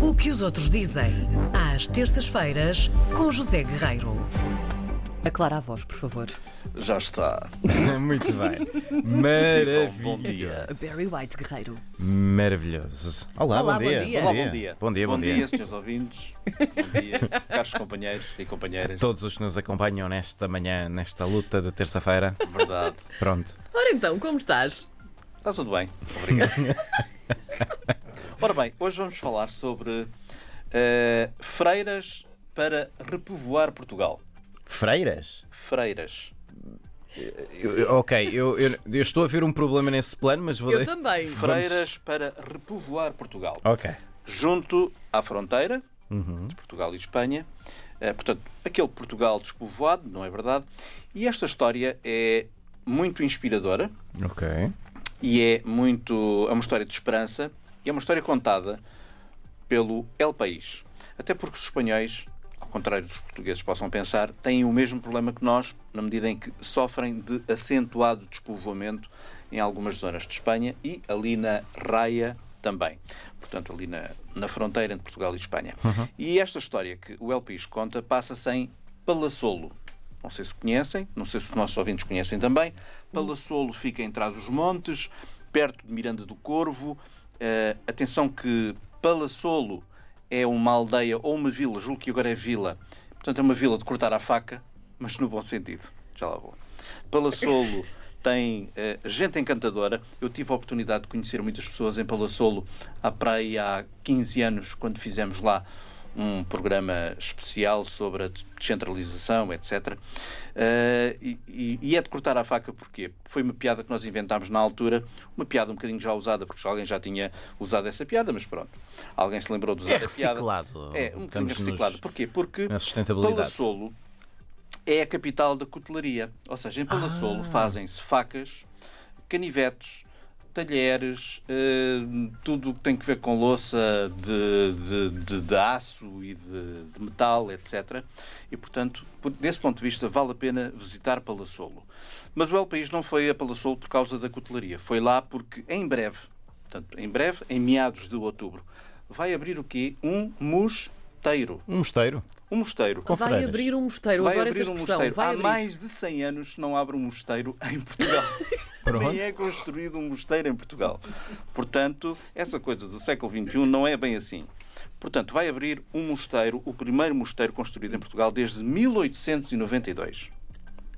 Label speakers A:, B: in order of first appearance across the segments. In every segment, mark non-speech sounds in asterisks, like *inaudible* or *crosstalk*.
A: O que os outros dizem, às terças-feiras, com José Guerreiro.
B: Aclara a voz, por favor.
C: Já está.
D: *laughs* Muito bem.
B: um
C: Bom dia.
D: Maravilha.
B: Barry White, Guerreiro.
D: Maravilhoso. Olá,
B: Olá,
D: bom, dia.
B: bom dia.
C: Olá, bom dia.
D: Bom dia, bom, dia.
C: senhores ouvintes. Bom dia, caros companheiros e companheiras.
D: Todos os que nos acompanham nesta manhã, nesta luta de terça-feira.
C: Verdade.
D: Pronto.
B: Ora então, como estás?
C: Está tudo bem.
D: *laughs*
C: Obrigado. Ora bem, hoje vamos falar sobre eh, freiras para repovoar Portugal.
D: Freiras?
C: Freiras.
D: Eu- eu- ok, eu, eu- eu estou a ver um problema nesse plano, mas vou.
B: Eu
D: de-
B: também.
C: Freiras para repovoar Portugal.
D: Ok.
C: junto à fronteira
D: Uhum.
C: de Portugal e Espanha. Eh, portanto, aquele Portugal despovoado, não é verdade? E esta história é muito inspiradora
D: Ok.
C: e é muito. é uma história de esperança e é uma história contada pelo El País. Até porque os espanhóis, ao contrário dos portugueses possam pensar, têm o mesmo problema que nós, na medida em que sofrem de acentuado despovoamento em algumas zonas de Espanha e ali na raia também. Portanto, ali na, na fronteira entre Portugal e Espanha. E esta história que o El País conta passa-se em Palassolo. Não sei se conhecem, não sei se os nossos ouvintes conhecem também. Palassolo fica em trás os montes, perto de Miranda do Corvo. Eh, atenção que Palassolo é uma aldeia ou uma vila, julgo que agora é vila. Portanto, é uma vila de cortar a faca, mas no bom sentido. Já lá vou. Palassolo tem eh, gente encantadora. Eu tive a oportunidade de conhecer muitas pessoas em Palassolo à praia há 15 anos, quando fizemos lá um programa especial sobre a descentralização, etc. Eh, e- e, e é de cortar a faca porque foi uma piada que nós inventámos na altura, uma piada um bocadinho já usada, porque alguém já tinha usado essa piada, mas pronto, alguém se lembrou de usar
D: É
C: a piada.
D: reciclado.
C: É, um bocadinho
D: Estamos nos-
C: reciclado. Porquê? Porque
D: na sustentabilidade.
C: Palassolo é a capital da cutelaria. Ou seja, em Palassolo fazem-se facas, canivetes, talheres, eh, tudo o que tem que ver com louça de, de, de- de aço e de, de metal, etc. E, portanto, por- desse ponto de vista, vale a pena visitar Palassolo. Mas o El País não foi a Palassolo por causa da cutelaria. Foi lá porque, em breve, portanto, em breve, em meados de outubro, vai abrir o quê? Um mosteiro.
D: Um mosteiro.
C: Um mosteiro.
D: Com
B: Vai
D: freiras.
B: abrir um mosteiro,
C: Vai
B: adoro
C: abrir
B: esta
C: um
B: expressão.
C: mosteiro.
B: Vai
C: Há
B: abrir.
C: mais de 100 anos não abre um mosteiro *laughs* em Portugal.
D: Pronto.
C: Nem é construído um mosteiro em Portugal. Portanto, essa coisa do século XXI não é bem assim. Portanto, vai abrir um mosteiro, o primeiro mosteiro construído em Portugal desde 1892.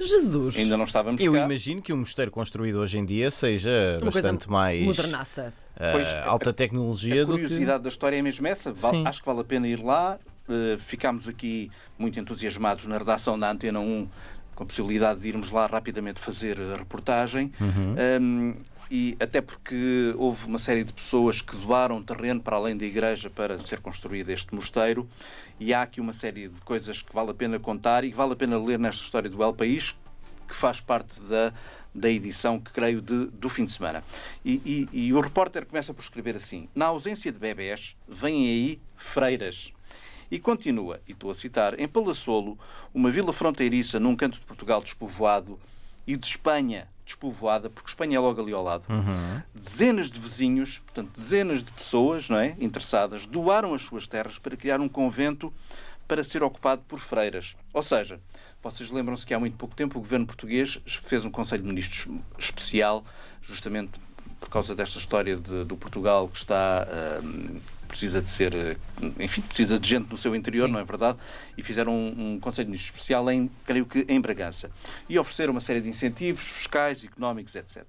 B: Jesus.
C: Ainda não estávamos
D: Eu
C: cá.
D: imagino que um mosteiro construído hoje em dia seja
B: Uma coisa
D: bastante mais.
B: Modernaça.
D: ah,
C: Pois, a-
D: alta
C: A
D: tecnologia do que.
C: curiosidade da história é mesmo essa. Val-
D: Sim.
C: acho que vale a pena ir lá. Eh, ficámos aqui muito entusiasmados na redação da Antena 1 com a possibilidade de irmos lá rapidamente fazer a reportagem.
D: Uhum.
C: Um, e até porque houve uma série de pessoas que doaram terreno para além da igreja para ser construído este mosteiro. E há aqui uma série de coisas que vale a pena contar e que vale a pena ler nesta história do El País, que faz parte da, da edição, que creio, de- do fim de semana. E, e- e o repórter começa por escrever assim: Na ausência de bebés, vêm aí freiras. E continua, e estou a citar: Em Palassolo, uma vila fronteiriça num canto de Portugal despovoado e de Espanha despovoada, porque Espanha é logo ali ao lado, dezenas de vizinhos, portanto, dezenas de pessoas não é, interessadas, doaram as suas terras para criar um convento para ser ocupado por freiras. Ou seja, vocês lembram-se que há muito pouco tempo o governo português fez um Conselho de Ministros especial, justamente por causa desta história de- do Portugal que está. hum, precisa de ser. eh, enfim, precisa de gente no seu interior, não é verdade? E fizeram um, um Conselho de Ministros especial, em, creio que em Bragança. E ofereceram uma série de incentivos fiscais, económicos, etc.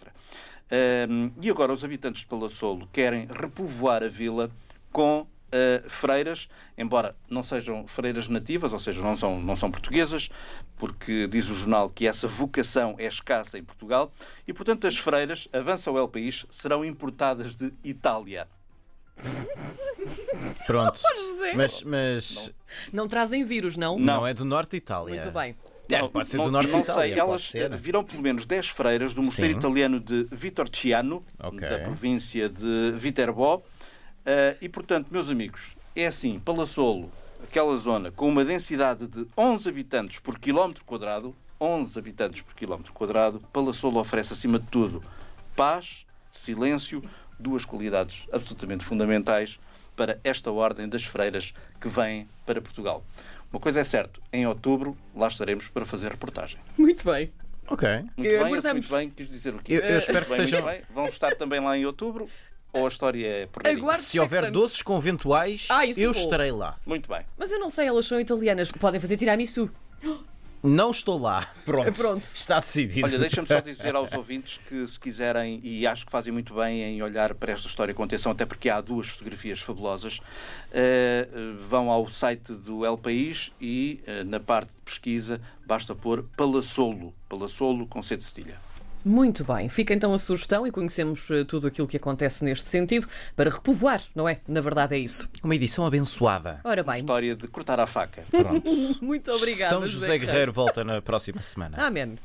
C: Hum, e agora os habitantes de Palassolo querem repovoar a vila com uh, freiras, embora não sejam freiras nativas, ou seja, não são, não são portuguesas, porque diz o jornal que essa vocação é escassa em Portugal, e portanto as freiras, avança o El País, serão importadas de Itália.
B: *laughs*
D: Pronto.
B: José.
D: Mas, mas
B: Não trazem vírus, não?
D: não. é do norte de Itália.
B: Muito bem.
D: É, pode ser do
C: não,
D: norte
C: não
D: de Itália.
C: sei, elas
D: pode ser.
C: eh, virão pelo menos 10 freiras do mosteiro
D: Sim.
C: italiano de Vitorciano,
D: Ok.
C: da província de Viterbo. Eh, e, portanto, meus amigos, é assim, Palassolo, aquela zona com uma densidade de 11 habitantes por quilómetro quadrado, 11 habitantes por quilómetro quadrado, Palassolo oferece, acima de tudo, paz, silêncio, duas qualidades absolutamente fundamentais para esta ordem das freiras que vem para Portugal. Uma coisa é certa, em outubro lá estaremos para fazer reportagem.
B: Muito bem.
D: Ok.
C: Muito
B: Eh,
C: bem, esse
B: aguardamos.
C: muito bem, quis dizer o quê?
D: Eu, eu espero
C: Muito
D: que
C: bem, muito
D: sejam.
C: bem. Vão estar também lá em outubro ou a história é por aí?
B: Aguardo.
D: Se houver doces conventuais,
B: Ah, isso
D: eu
B: vou.
D: estarei lá.
C: Muito bem.
B: Mas eu não sei, elas são italianas. Podem fazer tiramisu.
D: Não estou lá. *laughs* Pronto.
B: Pronto.
D: Está decidido.
C: Olha, deixa-me só dizer
D: *laughs*
C: aos ouvintes que se quiserem, e acho que fazem muito bem em olhar para esta história com atenção, até porque há duas fotografias fabulosas, eh, vão ao site do El País e eh, na parte de pesquisa basta pôr Palassolo, Palassolo com C de cedilha.
B: Muito bem, fica então a sugestão e conhecemos eh, tudo aquilo que acontece neste sentido para repovoar, não é? Na verdade é isso.
D: Uma edição
B: *laughs*
D: abençoada.
B: Ora bem,
C: História de cortar a faca.
D: Pronto.
B: muito obrigada.
D: São José Guerreiro volta na próxima semana.
B: Amém.